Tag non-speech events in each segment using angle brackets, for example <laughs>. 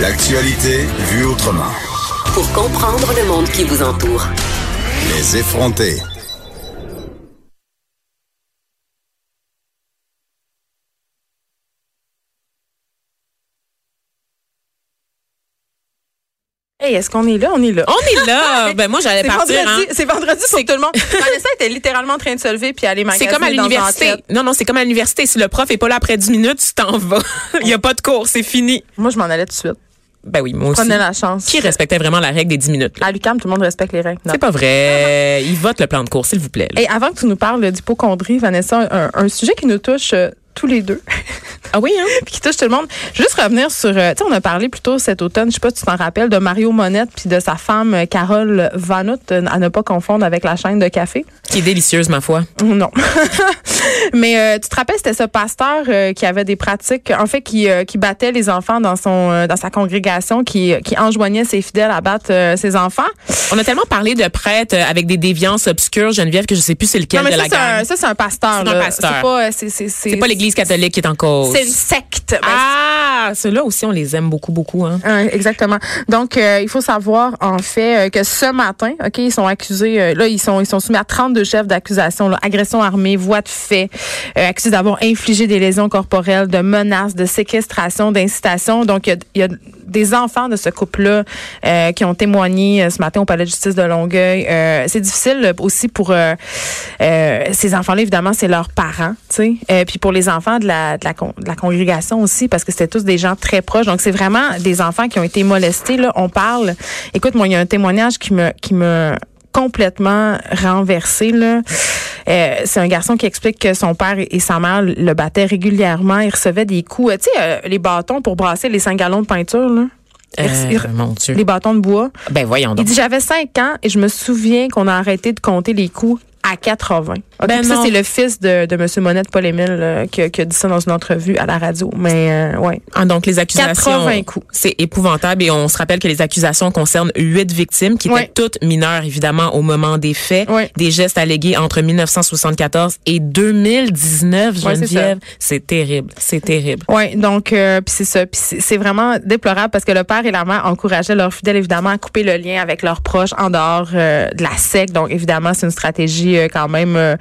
L'actualité vue autrement. Pour comprendre le monde qui vous entoure. Les effrontés. Hey, est-ce qu'on est là? On est là. Oh, On <laughs> est là. ben moi j'allais C'est partir. vendredi, hein. c'est vendredi pour tout le <laughs> monde. Vanessa était littéralement en train de se lever puis aller C'est magasiner comme à dans l'université. Enquête. Non non, c'est comme à l'université. Si le prof est pas là après 10 minutes, tu t'en vas. <laughs> Il y a pas de cours, c'est fini. Moi, je m'en allais tout de suite. Ben oui, moi aussi. Prenez la chance. Qui respectait vraiment la règle des 10 minutes là? À l'UQAM, tout le monde respecte les règles. Non. C'est pas vrai. Ils votent le plan de cours, s'il vous plaît. là. Hey, avant que tu nous parles d'hypocondrie, Vanessa, un, un sujet qui nous touche euh, tous les deux, <laughs> Ah oui hein. puis <laughs> qui touche tout le monde. Je veux juste revenir sur, euh, tu sais, on a parlé plus tôt cet automne, je sais pas si tu t'en rappelles, de Mario Monette puis de sa femme euh, Carole Vanout, euh, à ne pas confondre avec la chaîne de café. Qui est délicieuse ma foi. Non. <laughs> Mais euh, tu te rappelles, c'était ce pasteur euh, qui avait des pratiques, en fait, qui, euh, qui battait les enfants dans son euh, dans sa congrégation, qui, euh, qui enjoignait ses fidèles à battre euh, ses enfants. On a tellement parlé de prêtres euh, avec des déviances obscures, Geneviève, que je sais plus c'est lequel non, mais de ça, la c'est un, gang. ça, c'est un pasteur. C'est un là. pasteur. C'est pas, euh, c'est, c'est, c'est, C'est pas l'Église catholique qui est en cause. C'est une secte. Ben, Ah, ceux-là aussi on les aime beaucoup beaucoup hein. Euh, exactement. Donc, euh, il faut savoir en fait euh, que ce matin, ok, ils sont accusés. euh, là, ils sont ils sont soumis à 32 chefs d'accusation, là, agression armée, voie de fait, euh, accusés d'avoir infligé des lésions corporelles, de menaces, de séquestration, d'incitation. Donc, il y a- il y, a des enfants de ce couple-là euh, qui ont témoigné euh, ce matin au palais de justice de Longueuil. Euh, c'est difficile euh, aussi pour euh, euh, ces enfants-là. Évidemment, c'est leurs parents, tu sais. Euh, puis pour les enfants de la de la, con- de la congrégation aussi, parce que c'était tous des gens très proches. Donc, c'est vraiment des enfants qui ont été molestés. Là, on parle. Écoute, moi, il y a un témoignage qui me qui me complètement renversé là. Euh, c'est un garçon qui explique que son père et sa mère le battaient régulièrement. Il recevait des coups, Euh, tu sais, euh, les bâtons pour brasser les 5 gallons de peinture, là. Il Euh, re- mon Dieu. les bâtons de bois. Ben voyons Il donc. dit j'avais 5 ans et je me souviens qu'on a arrêté de compter les coups à 80. Ok, Ben puis ça non. c'est le fils de, de monsieur Monette Paul Émile euh, qui, a- qui a dit ça dans une entrevue à la radio. Mais euh, ouais. Ah, donc les accusations. 80 coups. C'est épouvantable et on se rappelle que les accusations concernent huit victimes qui étaient Ouais. toutes mineures évidemment au moment des faits, Ouais. des gestes allégués entre 1974 et 2019. Ouais, c'est Geneviève, c'est terrible, c'est terrible. Oui, donc euh, puis c'est ça, puis c'est c'est vraiment déplorable parce que le père et la mère encourageaient leurs fidèles évidemment à couper le lien avec leurs proches en dehors euh, de la SEC. Donc évidemment, c'est une stratégie euh, quand même euh,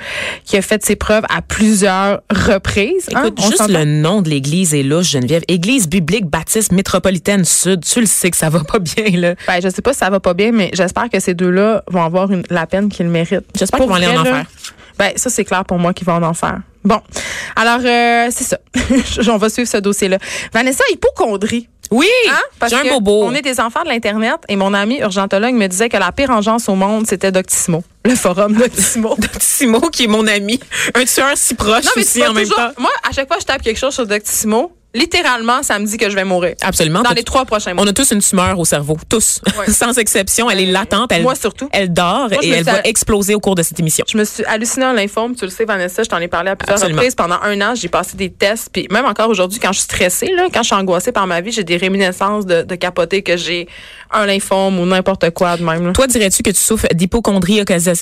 qui a fait ses preuves à plusieurs reprises. hein. Écoute, On juste s'entend? le nom de l'église est louche, Geneviève. Église biblique baptiste métropolitaine sud. Tu le sais que ça va pas bien là. Ben, je sais pas si ça va pas bien, mais j'espère que ces deux-là vont avoir une- la peine qu'ils méritent. J'espère Pour qu'ils vont aller vrai, en là, enfer. Ben, ça, c'est clair pour moi qu'ils vont en enfer. Bon. Alors, euh, c'est ça. <laughs> On va suivre ce dossier-là. Vanessa, hypochondrie. Oui, Hein? Parce j'ai un que bobo. <laughs> On est des enfants de l'Internet et mon ami urgentologue me disait que la pire engeance au monde, c'était Doctissimo. Le forum <laughs> Doctissimo. Doctissimo qui est mon ami, un tueur si proche non, mais aussi tu vas en même toujours- temps. Moi, à chaque fois que je tape quelque chose sur Doctissimo, littéralement, ça me dit que je vais mourir. Absolument. Dans T'as- les trois prochains mois. On a tous une tumeur au cerveau, tous, Ouais. <laughs> Ben, sans exception. Elle est latente. Elle, Moi surtout. Elle dort je et me suis- elle va exploser au cours de cette émission. Je me suis hallucinée en lymphome, tu le sais Vanessa, je t'en ai parlé à plusieurs Absolument. reprises pendant un an, j'ai passé des tests puis même encore aujourd'hui quand je suis stressée là, quand je suis angoissée par ma vie, j'ai des réminiscences de, de capoter que j'ai un lymphome ou n'importe quoi de même. là. Toi, dirais-tu que tu souffres d'hypochondrie occasion-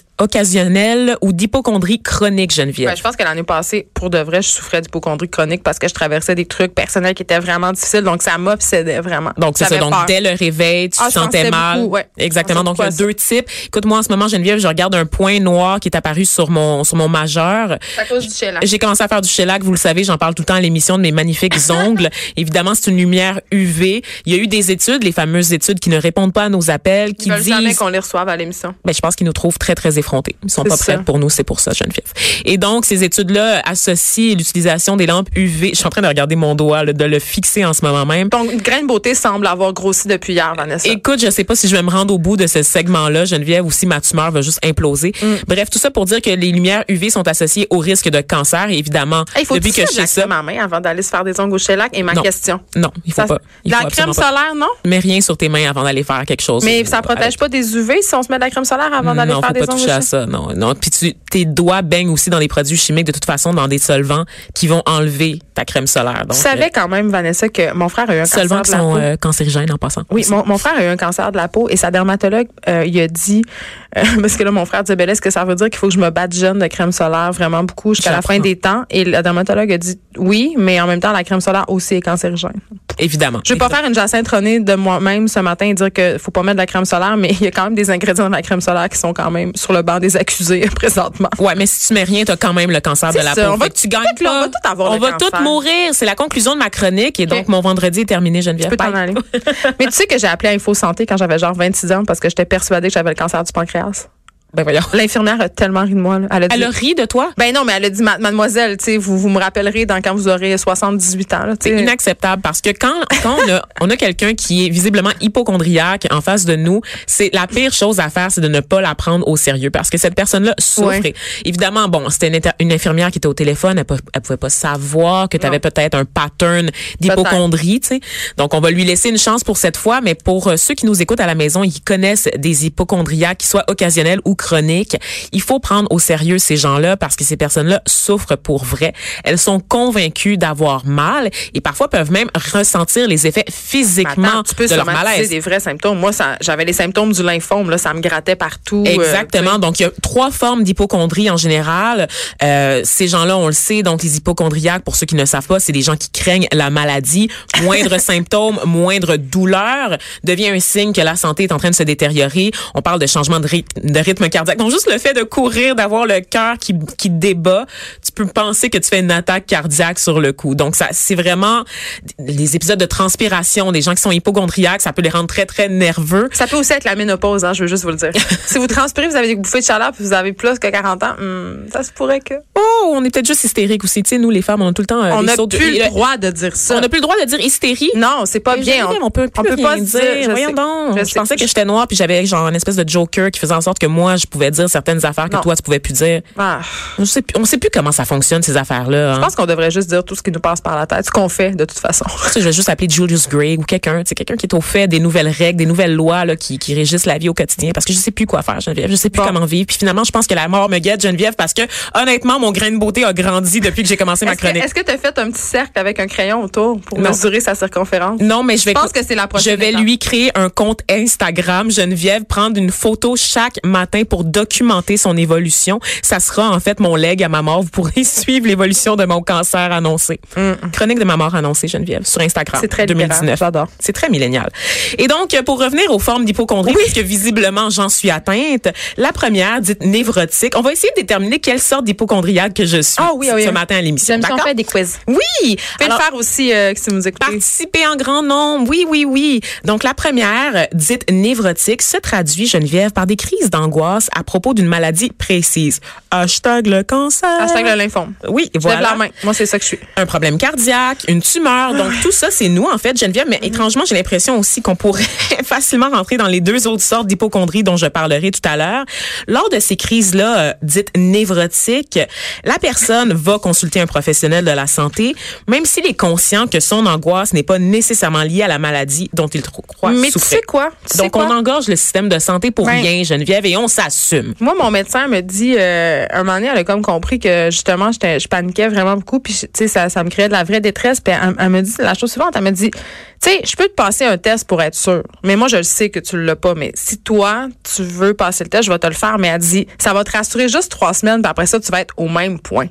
occasionnelle ou d'hypochondrie chronique, Geneviève? Ben, je pense que l'année passée, pour de vrai, je souffrais d'hypochondrie chronique parce que je traversais des trucs personnels qui étaient vraiment difficiles, donc ça m'obsédait vraiment. Donc, c'est ça. J'avais Donc, peur. dès le réveil, tu Ah, te je sentais pensais mal. beaucoup, ouais. Exactement. Je pensais Donc, il y a beaucoup à deux types. Écoute, moi, en ce moment, Geneviève, je regarde un point noir qui est apparu sur mon, sur mon majeur. C'est à cause du hein. shellac. J'ai commencé à faire du shellac, vous le savez, j'en parle tout le temps à l'émission de <laughs> mes magnifiques ongles. Évidemment, c'est une lumière UV. Il y a eu des études, les fameuses études qui ne répondent pas à nos appels, qui Ils veulent jamais disent qu'on les reçoive à l'émission. ben, je pense qu'ils nous trouvent très, très effrontés. Ils sont C'est pas ça. prêts pour nous, c'est pour ça, Geneviève. Et donc, ces études-là associent l'utilisation des lampes UV. Je suis en train de regarder mon dos doigt, là, de le fixer en ce moment même. Ton grain de beauté semble avoir grossi depuis hier, Vanessa. Écoute, je sais pas si je vais me rendre au bout de ce segment-là, Geneviève, ou si ma tumeur va juste imploser. Mm. Bref, tout ça pour dire que les lumières UV sont associées au risque de cancer, et évidemment. Hey, faut depuis tout que de je suite de la sais ça. crème à main avant d'aller se faire des ongles au shellac et ma Non. question. Non, il faut Ça- pas. Il la faut crème absolument pas. solaire, non? Mets rien sur tes mains avant d'aller faire quelque chose. Mais ça Euh, protège pas des UV si on se met de la crème solaire avant d'aller non, faire faut des pas ongles au toucher à shellac. ça. Non, non. Puis tu, tes doigts baignent aussi dans des produits chimiques, de toute façon, dans des solvants qui vont enlever ta crème solaire. Donc, Tu savais quand même, Vanessa, que mon frère a eu un euh, solvants cancer qui de la sont peau. euh, cancérigènes en passant. Oui, mon, mon frère a eu un cancer de la peau et sa dermatologue, euh, il a dit, euh, <laughs> parce que là, mon frère disait, ben là, est-ce que ça veut dire qu'il faut que je me batte jeune de crème solaire vraiment beaucoup jusqu'à la fin J'apprends. des temps? Et la dermatologue a dit, oui, mais en même temps, la crème solaire aussi est cancérigène. évidemment. Je vais pas faire une jacinthe René de moi-même ce matin et dire que faut pas mettre de la crème solaire, mais <laughs> il y a quand même des ingrédients de la crème solaire qui sont quand même sur le banc des accusés <laughs> présentement. Ouais, mais si tu mets rien, t'as quand même le cancer de C'est la ça, peau. on va- Fait que tu gagnes peut-être pas. qu'on va tout avoir On le va cancer. toutes mourir. C'est la conclusion de ma chronique et donc Ok. mon vendredi est terminé, Tu Geneviève. peux t'en Bye. <laughs> aller. Euh, mais tu sais que j'ai appelé Info Santé quand j'avais genre 26 ans parce que j'étais persuadée que j'avais le cancer du pancréas. Ben voyons. L'infirmière a tellement ri de moi. là. Elle a dit, Elle a ri de toi. ben non, mais elle a dit, Ma- mademoiselle, tu sais, vous, vous me rappellerez dans quand vous aurez 78 ans. là, tu C'est sais. inacceptable parce que quand, quand on a, <laughs> on a quelqu'un qui est visiblement hypochondriaque en face de nous, c'est la pire chose à faire, c'est de ne pas la prendre au sérieux parce que cette personne-là souffrait. Ouais. Évidemment, bon, c'était une, inter- une infirmière qui était au téléphone, elle, ne pouvait pas savoir que tu avais peut-être un pattern d'hypochondrie, tu sais. Donc, on va lui laisser une chance pour cette fois, mais pour euh, ceux qui nous écoutent à la maison, ils connaissent des hypochondriaques, qu'ils soient occasionnels ou chroniques. Il faut prendre au sérieux ces gens-là parce que ces personnes-là souffrent pour vrai. Elles sont convaincues d'avoir mal et parfois peuvent même ressentir les effets Mais attends, physiquement tu peux de leur somatiser malaise. des vrais symptômes. Moi, ça- j'avais les symptômes du lymphome, là, ça me grattait partout. euh, Exactement. donc, il y a trois formes d'hypochondrie en général. Euh, ces gens-là, on le sait, donc les hypochondriaques, pour ceux qui ne savent pas, c'est des gens qui craignent la maladie. Moindre symptôme, moindre douleur devient un signe que la santé est en train de se détériorer. On parle de changement de rythme, de rythme cardiaque. Donc, juste le fait de courir, d'avoir le cœur qui, qui débat, tu peux penser que tu fais une attaque cardiaque sur le coup. Donc, ça, c'est vraiment les épisodes de transpiration des gens qui sont hypochondriaques, ça peut les rendre très, très nerveux. Ça peut aussi être la ménopause, hein, je veux juste vous le <laughs> dire. si vous transpirez, vous avez des bouffées de chaleur puis vous avez plus que 40 ans, hmm, ça se pourrait que. Oh, on est peut-être juste hystérique aussi. Tu sais, nous, les femmes, on a tout le temps. euh, on des n'a sauts de- plus et le le- droit de dire ça. On n'a plus le droit de dire hystérie. Non, c'est pas Mais bien. Geneviève, on, peut plus on peut rien pas se dire. dire. je Voyons sais. donc. Je Je, sais. pensais que j'étais noire puis j'avais genre une espèce de joker qui faisait en sorte que moi je pouvais dire certaines affaires que Non. toi tu pouvais plus dire. Ah, Je sais plus, on sait plus comment ça fonctionne ces affaires-là. hein. je pense qu'on devrait juste dire tout ce qui nous passe par la tête, ce qu'on fait de toute façon. <laughs> Tu sais, je vais juste appeler Julius Gregg ou quelqu'un, tu sais, quelqu'un qui est au fait des nouvelles règles, des nouvelles lois là, qui, qui régissent la vie au quotidien parce que je sais plus quoi faire, Geneviève, je sais plus Bon. comment vivre. Puis finalement, je pense que la mort me guette, Geneviève, parce que honnêtement, mon grain de beauté a grandi depuis que j'ai commencé ma Est-ce que- chronique. est-ce que tu as fait un petit cercle avec un crayon autour pour Non. mesurer sa circonférence? Non, mais je vais. Je pense que c'est la prochaine Je vais étape. lui créer un compte Instagram, Geneviève, prendre une photo chaque matin pour documenter son évolution. Ça sera en fait mon leg à ma mort. Vous pourrez <laughs> suivre l'évolution de mon cancer annoncé. Chronique de ma mort annoncée, Geneviève, sur Instagram. Mm. C'est très libérant. 2019. J'adore. C'est très millénial. Et donc, euh, pour revenir aux formes d'hypochondrie, parce que visiblement j'en suis atteinte, la première, dite névrotique, on va essayer de déterminer quelle sorte d'hypochondriaque que je suis Ah oui, ah oui, ce oui. matin à l'émission. J'aime ça, on D'accord? fait des quiz. Oui! Vous pouvez Alors, le faire aussi euh, si vous nous écoutez. Participer en grand nombre, oui, oui, oui. Donc, la première, euh, dite névrotique, se traduit, Geneviève, par des crises d'angoisse à propos d'une maladie précise. Hashtag le cancer. Hashtag le lymphome. Oui, Je lève voilà. la main. Moi, c'est ça que je suis. Un problème cardiaque, une tumeur. Donc, tout ça, c'est nous, en fait, Geneviève. Mm-hmm. Mais étrangement, j'ai l'impression aussi qu'on pourrait <laughs> facilement rentrer dans les deux autres sortes d'hypochondrie dont je parlerai tout à l'heure. Lors de ces crises-là, euh, dites névrotiques, la personne va consulter un professionnel de la santé, même s'il est conscient que son angoisse n'est pas nécessairement liée à la maladie dont il tro- croit Mais tu souffrir. sais quoi? Tu sais Donc, quoi? on engorge le système de santé pour Ouais. rien, Geneviève, et on s'assume. Moi, mon médecin me dit, euh, un moment donné, elle a comme compris que justement, j'étais- je paniquais vraiment beaucoup, puis je- tu sais, ça, ça me créait de la vraie détresse. Puis elle, elle me dit la chose suivante, elle me dit, tu sais, je peux te passer un test pour être sûr, mais moi, je le sais que tu l'as pas. Mais si toi, tu veux passer le test, je vais te le faire. Mais elle dit, ça va te rassurer juste trois semaines, puis après ça, tu vas être au même point.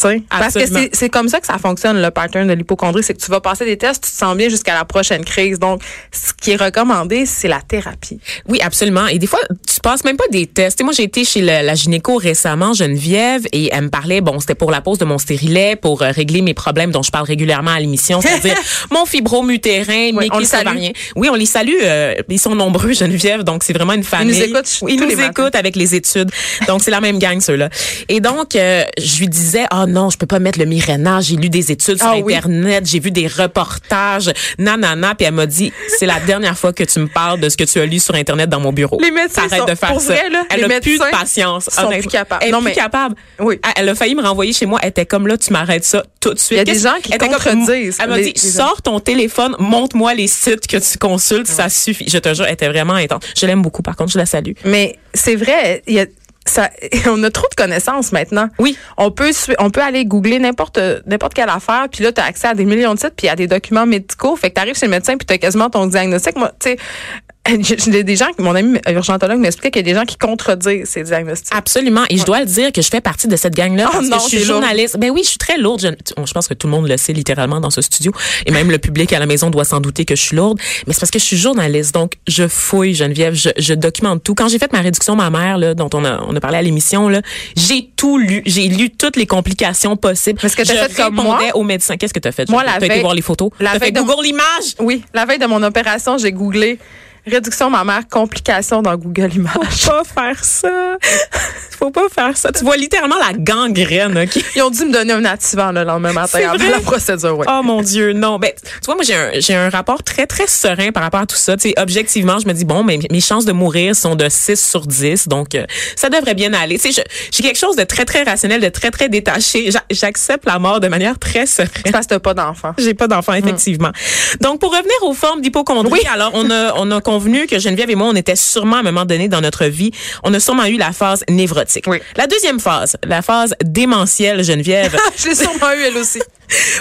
Tu sais, Parce que Absolument. c'est c'est comme ça que ça fonctionne, le pattern de l'hypochondrie, c'est que tu vas passer des tests, tu te sens bien jusqu'à la prochaine crise. Donc, ce qui est recommandé, c'est la thérapie. Oui, absolument. Et des fois, tu se passe, même pas des tests. Tu sais, moi, j'ai été chez la, la gynéco récemment, Geneviève, et elle me parlait, bon, c'était pour la pose de mon stérilet, pour euh, régler mes problèmes dont je parle régulièrement à l'émission, <laughs> c'est-à-dire mon fibromutérin, Oui, mes on les kystes salue. ovariens. Oui, on les salue. euh, ils sont nombreux, <laughs> Geneviève, donc c'est vraiment une famille. écoutent ch- Oui, Ils tous nous les matins. écoutent avec les études. Donc, c'est la même gang, ceux-là. Et donc, euh, je lui disais, ah non, je peux pas mettre le Mirena. J'ai lu des études sur Ah oui. Internet, j'ai vu des reportages, nanana. Puis elle m'a dit, c'est la dernière fois que tu me parles de ce que tu as lu sur Internet dans mon bureau. Les médecins T'arrêtes sont- de faire pour ça. vrai, là, elle les a plus de médecins patience. sont plus honnêtement. capables. Elle est Non, plus mais- capable. Oui. Ah, Elle a failli me renvoyer chez moi. Elle était comme là, tu m'arrêtes ça tout de suite. Il y a des Qu'est-ce- gens qui elle était comme- contredisent Elle m'a les- dit, les- sors ton téléphone, montre-moi les sites que tu consultes, ça suffit. Je te jure, elle était vraiment intense. Je l'aime beaucoup, par contre, je la salue. Mais c'est vrai, il y a- ça, <laughs> on a trop de connaissances maintenant. Oui. On peut, sui- on peut aller googler n'importe n'importe quelle affaire, puis là, tu as accès à des millions de sites, puis à des documents médicaux. Fait que tu arrives chez le médecin, puis tu as quasiment ton diagnostic. Moi, tu sais, <laughs> j'ai- j'ai des gens, qui- mon ami urgentologue m'expliquait qu'il y a des gens qui contredisent ces diagnostics. Absolument. Et je dois le dire que je fais partie de cette gang-là Oh parce non, que je suis t'es lourde. journaliste. Ben oui, je suis très lourde. Je, je pense que tout le monde le sait littéralement dans ce studio. Et même le public à la maison doit s'en douter que je suis lourde. Mais c'est parce que je suis journaliste. Donc, je fouille, Geneviève. Je, je documente tout. Quand j'ai fait ma réduction mammaire, là, dont on a, on a parlé à l'émission, là, j'ai tout lu. J'ai lu toutes les complications possibles. Mais ce que t'as je fait comme moi- répondais au médecin. Qu'est-ce que t'as fait? Moi, Geneviève? la T'as été veille- voir les photos. la T'as fait veille de- Google l'image. Oui, la veille de mon opération, j'ai googlé réduction mammaire, complications dans Google Images. Faut pas faire ça. <laughs> Faut pas faire ça. Tu vois littéralement la gangrène, OK? Ils ont dû me donner un activant le lendemain matin C'est avant vrai? la procédure, oui. Oh mon Dieu, non. Ben, tu vois, moi, j'ai un, j'ai un rapport très, très serein par rapport à tout ça. Tu sais, objectivement, je me dis, bon, mais mes chances de mourir sont de 6 sur 10, donc euh, ça devrait bien aller. Tu sais, je- j'ai quelque chose de très, très rationnel, de très, très détaché. J'a- J'accepte la mort de manière très C'est sereine. <laughs> parce que t'as pas d'enfant. J'ai pas d'enfant, effectivement. Donc, pour revenir aux formes d'hypochondrie, alors, on a, on a convenu que Geneviève et moi, on était sûrement, à un moment donné, dans notre vie, on a sûrement eu la phase névrotique. Oui. La deuxième phase, la phase démentielle, Geneviève. Je l'ai sûrement eu, elle aussi.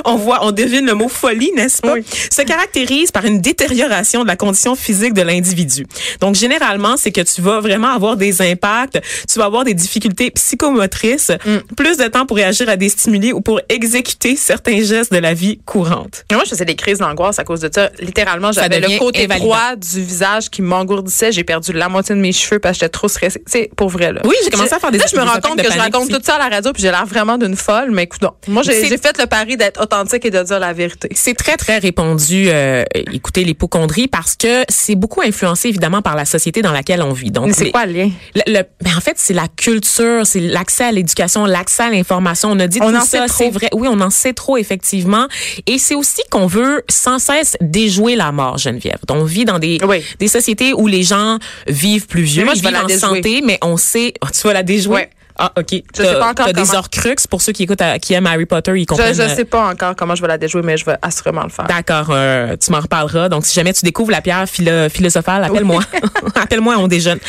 on voit, on devine le mot folie, n'est-ce pas? Oui. Se caractérise par une détérioration de la condition physique de l'individu. Donc, généralement, c'est que tu vas vraiment avoir des impacts, tu vas avoir des difficultés psychomotrices, plus de temps pour réagir à des stimuli ou pour exécuter certains gestes de la vie courante. Mais Moi, je faisais des crises d'angoisse à cause de ça. Littéralement, Ça j'avais le devient côté invalidant. droit du visage qui m'engourdissait. J'ai perdu la moitié de mes cheveux parce que j'étais trop stressée. Tu sais, pour vrai, là. Oui, j'ai commencé à faire des- Là, je me des rends attaques compte de que je panique, raconte si. tout ça à la radio puis j'ai l'air vraiment d'une folle, mais écoute donc. Moi, j'ai C'est- j'ai fait le pari d'être authentique et de dire la vérité. C'est très, très répandu, euh, écoutez, l'hypochondrie, parce que c'est beaucoup influencé, évidemment, par la société dans laquelle on vit. Donc, Mais c'est les- quoi le lien? Le- le- ben, en fait, c'est la culture, c'est l'accès à l'éducation, l'accès à l'information. On a dit On tout en ça, sait trop. c'est vrai. Oui, on en sait trop effectivement. Et c'est aussi qu'on veut sans cesse déjouer la mort, Geneviève. Donc, on vit dans des Oui. des sociétés où les gens vivent plus vieux, Mais moi, je ils vais vivent la en déjouer. santé, mais on sait. <laughs> Ah, tu vas la déjouer. Ouais. Ah, ok. Je sais pas encore des comment. orcruxes pour ceux qui écoutent, à- qui aiment Harry Potter, ils Je, comprennent. euh, je sais pas encore comment je vais la déjouer, mais je vais assurément le faire. D'accord, euh, tu m'en reparleras. Donc, si jamais tu découvres la pierre philo- philosophale, appelle-moi. <laughs> <laughs> appelle-moi, on déjeune.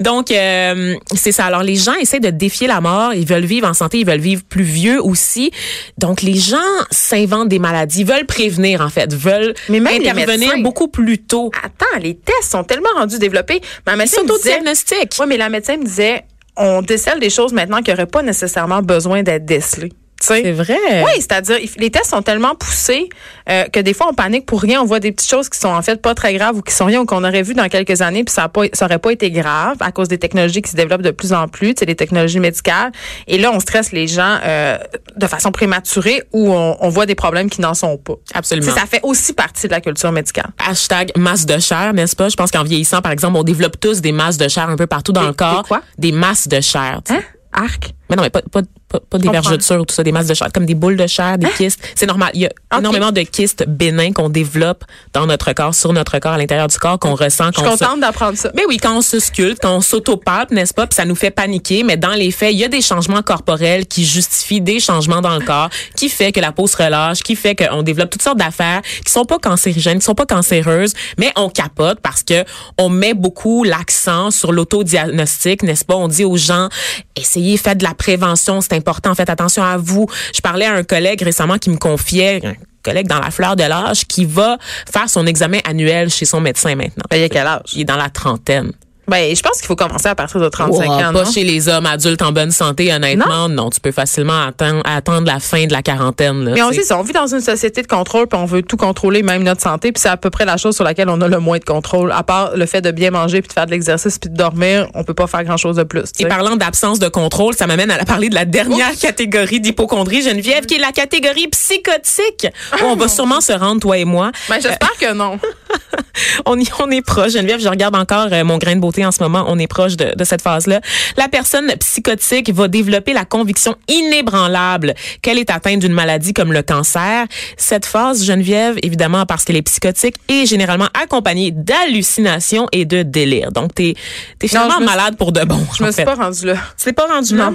Donc, euh, c'est ça. Alors, les gens essaient de défier la mort. Ils veulent vivre en santé. Ils veulent vivre plus vieux aussi. Donc, les gens s'inventent des maladies, veulent prévenir, en fait, veulent Mais même les intervenir médecins. beaucoup plus tôt. Attends, les tests sont tellement rendus développés. Ma médecin me disait, S'auto-diagnostic. Oui, mais la médecin me disait, on décèle des choses maintenant qui n'auraient pas nécessairement besoin d'être décelées. Tu sais? C'est vrai. Oui, c'est-à-dire, il- les tests sont tellement poussés euh, que des fois, on panique pour rien. On voit des petites choses qui sont en fait pas très graves ou qui sont rien ou qu'on aurait vu dans quelques années, puis ça a pas- ça aurait pas été grave à cause des technologies qui se développent de plus en plus, tu sais, les technologies médicales. Et là, on stresse les gens euh, de façon prématurée ou on, on voit des problèmes qui n'en sont pas. Tu Absolument. sais, Ça fait aussi partie de la culture médicale. Hashtag masse de chair, n'est-ce pas? Je pense qu'en vieillissant, par exemple, on développe tous des masses de chair un peu partout dans Des- le corps. des quoi? Des masses de chair. tu sais. Hein? Arc? Mais non, mais pas, pas, pas, pas des Comprends. Hein? vergetures, tout ça, des masses de chair, comme des boules de chair, des kystes. C'est normal. Il y a Ok. énormément de kystes bénins qu'on développe dans notre corps, sur notre corps, à l'intérieur du corps, qu'on ressent, Je qu'on suis se- contente d'apprendre ça. Mais oui, quand on se sculpte, quand on s'autopalpe, n'est-ce pas, puis ça nous fait paniquer, mais dans les faits, il y a des changements corporels qui justifient des changements dans le corps, qui fait que la peau se relâche, qui fait qu'on développe toutes sortes d'affaires qui sont pas cancérigènes, qui sont pas cancéreuses, mais on capote parce que on met beaucoup l'accent sur l'autodiagnostic, n'est-ce pas? On dit aux gens, essayez, faites de la prévention, c'est important, faites attention à vous. Je parlais à un collègue récemment qui me confiait, un collègue dans la fleur de l'âge, qui va faire son examen annuel chez son médecin maintenant. Ben, Il y a quel âge? Il est dans la trentaine. Ben, je pense qu'il faut commencer à partir de 35 Wow, ans. Pas non? chez les hommes adultes en bonne santé, honnêtement. Non, tu peux facilement attendre, attendre la fin de la quarantaine. Là, Mais on tu sais. sait, ça, on vit dans une société de contrôle, puis on veut tout contrôler, même notre santé, puis c'est à peu près la chose sur laquelle on a le moins de contrôle. À part le fait de bien manger, puis de faire de l'exercice, puis de dormir, on peut pas faire grand-chose de plus. tu Et sais. parlant d'absence de contrôle, ça m'amène à parler de la dernière catégorie d'hypocondrie, Geneviève, qui est la catégorie psychotique. où on va sûrement se rendre, toi et moi. Ah, Ben, j'espère que <laughs> non. On, y, on est proche, Geneviève. Je regarde encore euh, mon grain de beauté en ce moment. On est proche de, de cette phase-là. La personne psychotique va développer la conviction inébranlable qu'elle est atteinte d'une maladie comme le cancer. Cette phase, Geneviève, évidemment, parce qu'elle est psychotique, est généralement accompagnée d'hallucinations et de délires. Donc, t'es es finalement je me suis- malade pour de bon. Je me en suis fait. pas rendue là. Tu t'es pas rendu là?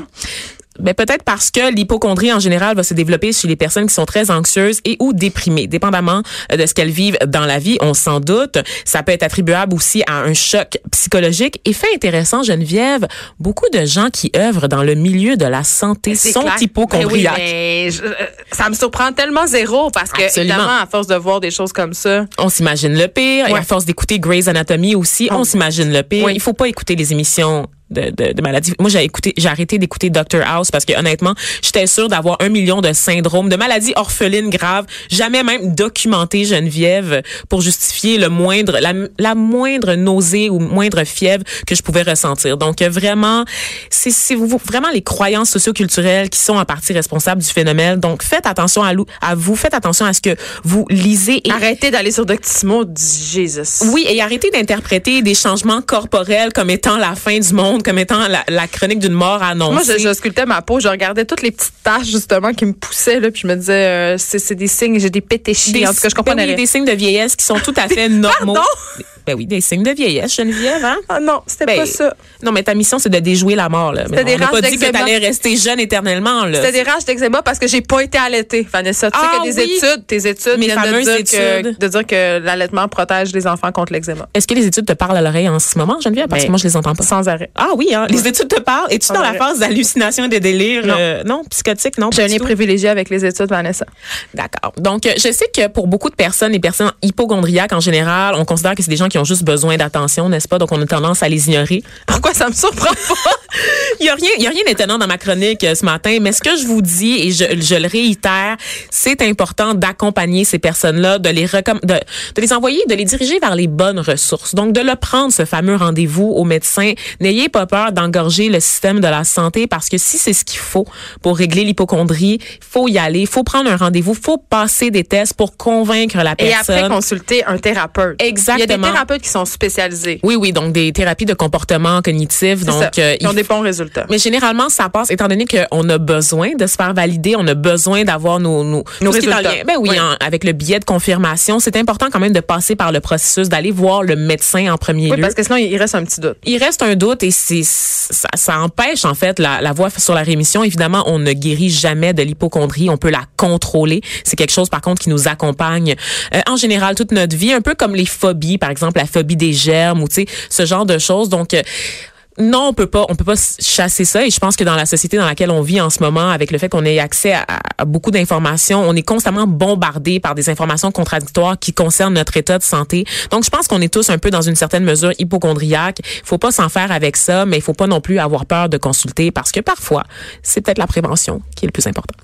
Ben, peut-être parce que l'hypocondrie en général va se développer chez les personnes qui sont très anxieuses et ou déprimées, dépendamment euh, de ce qu'elles vivent dans la vie, on s'en doute. Ça peut être attribuable aussi à un choc psychologique. Et fait intéressant, Geneviève, beaucoup de gens qui œuvrent dans le milieu de la santé Ben, C'est sont clair. hypocondriaques. Ben oui, mais je- euh, ça me surprend tellement zéro parce que, Absolument. évidemment, à force de voir des choses comme ça, On s'imagine le pire. Et Ouais. à force d'écouter Grey's Anatomy aussi, on s'imagine le pire. Il faut pas écouter les émissions de, de, de maladies. Moi, j'ai écouté, j'ai arrêté d'écouter Dr House parce que honnêtement, j'étais sûre d'avoir un million de syndromes, de maladies orphelines graves, jamais même documentées, Geneviève, pour justifier le moindre, la, la moindre nausée ou moindre fièvre que je pouvais ressentir. Donc euh, vraiment, c'est c'est vous- vraiment les croyances socioculturelles qui sont en partie responsables du phénomène. Donc faites attention à, lou- à vous, faites attention à ce que vous lisez et arrêtez d'aller sur Doctissimo, Jesus. oui, et arrêter d'interpréter des changements corporels comme étant la fin du monde, comme étant la, la chronique d'une mort annoncée. Moi, je, je sculptais ma peau, je regardais toutes les petites taches, justement, qui me poussaient, là, puis je me disais, euh, c'est c'est des signes, j'ai des pétéchis. des, en tout cas, je ben comprenais oui, rien. des signes de vieillesse qui sont tout à fait <laughs> normaux. Pardon? Ben oui, des signes de vieillesse, Geneviève, hein? Ah non, c'était Ben, pas ça. Non, mais ta mission, c'est de déjouer la mort, là. Mais C'était on des n'a pas races dit que d'eczéma. t'allais rester jeune éternellement, là. C'était des rages d'eczéma parce que j'ai pas été allaitée, Vanessa. Tu sais Ah que des oui. études, tes études Mes viennent de fameuses dire, études. Que, de dire que l'allaitement protège les enfants contre l'eczéma. Est-ce que les études te parlent à l'oreille en ce moment, Geneviève? Parce que Ben, moi, je les entends pas. Sans arrêt. Ah oui, hein? Les études te parlent. Es-tu dans la arrête. phase d'hallucination et de délire? Non. euh, non, psychotique, non? J'ai pas un du lien tout? privilégié avec les études, Vanessa. D'accord. Donc, euh, je sais que pour beaucoup de personnes, les personnes hypochondriaques en général, on considère que c'est des gens qui ont juste besoin d'attention, n'est-ce pas? Donc, on a tendance à les ignorer. Pourquoi ça me surprend pas? Il y a rien, il y a rien d'étonnant dans ma chronique euh, ce matin, mais ce que je vous dis et je, je le réitère, c'est important d'accompagner ces personnes-là, de les recomm- de, de les envoyer, de les diriger vers les bonnes ressources. Donc de le prendre ce fameux rendez-vous au médecin. N'ayez pas peur d'engorger le système de la santé parce que si c'est ce qu'il faut pour régler l'hypochondrie, faut y aller, faut prendre un rendez-vous, faut passer des tests pour convaincre la Et personne. après consulter un thérapeute. Il y a des Exactement. thérapeutes qui sont spécialisés. oui, oui, donc des thérapies de comportement cognitif. C'est Donc, ça. euh, Ils ont il des bons résultats. Mais généralement, ça passe, étant donné qu'on a besoin de se faire valider, on a besoin d'avoir nos, nos, Nos tout ce qui est en résultats. lien- Ben oui, Oui. en- avec le billet de confirmation, c'est important quand même de passer par le processus, d'aller voir le médecin en premier oui, lieu. parce que sinon, il il reste un petit doute. Il reste un doute et c'est ça, ça empêche en fait la, la voie sur la rémission. Évidemment, on ne guérit jamais de l'hypochondrie, on peut la contrôler. C'est quelque chose par contre qui nous accompagne euh, en général toute notre vie, un peu comme les phobies, par exemple la phobie des germes ou tu sais ce genre de choses. Donc euh, non, on peut pas, on peut pas chasser ça. Et je pense que dans la société dans laquelle on vit en ce moment, avec le fait qu'on ait accès à, à beaucoup d'informations, on est constamment bombardé par des informations contradictoires qui concernent notre état de santé. Donc, je pense qu'on est tous un peu dans une certaine mesure hypochondriaque. Faut pas s'en faire avec ça, mais il faut pas non plus avoir peur de consulter parce que parfois, c'est peut-être la prévention qui est le plus important.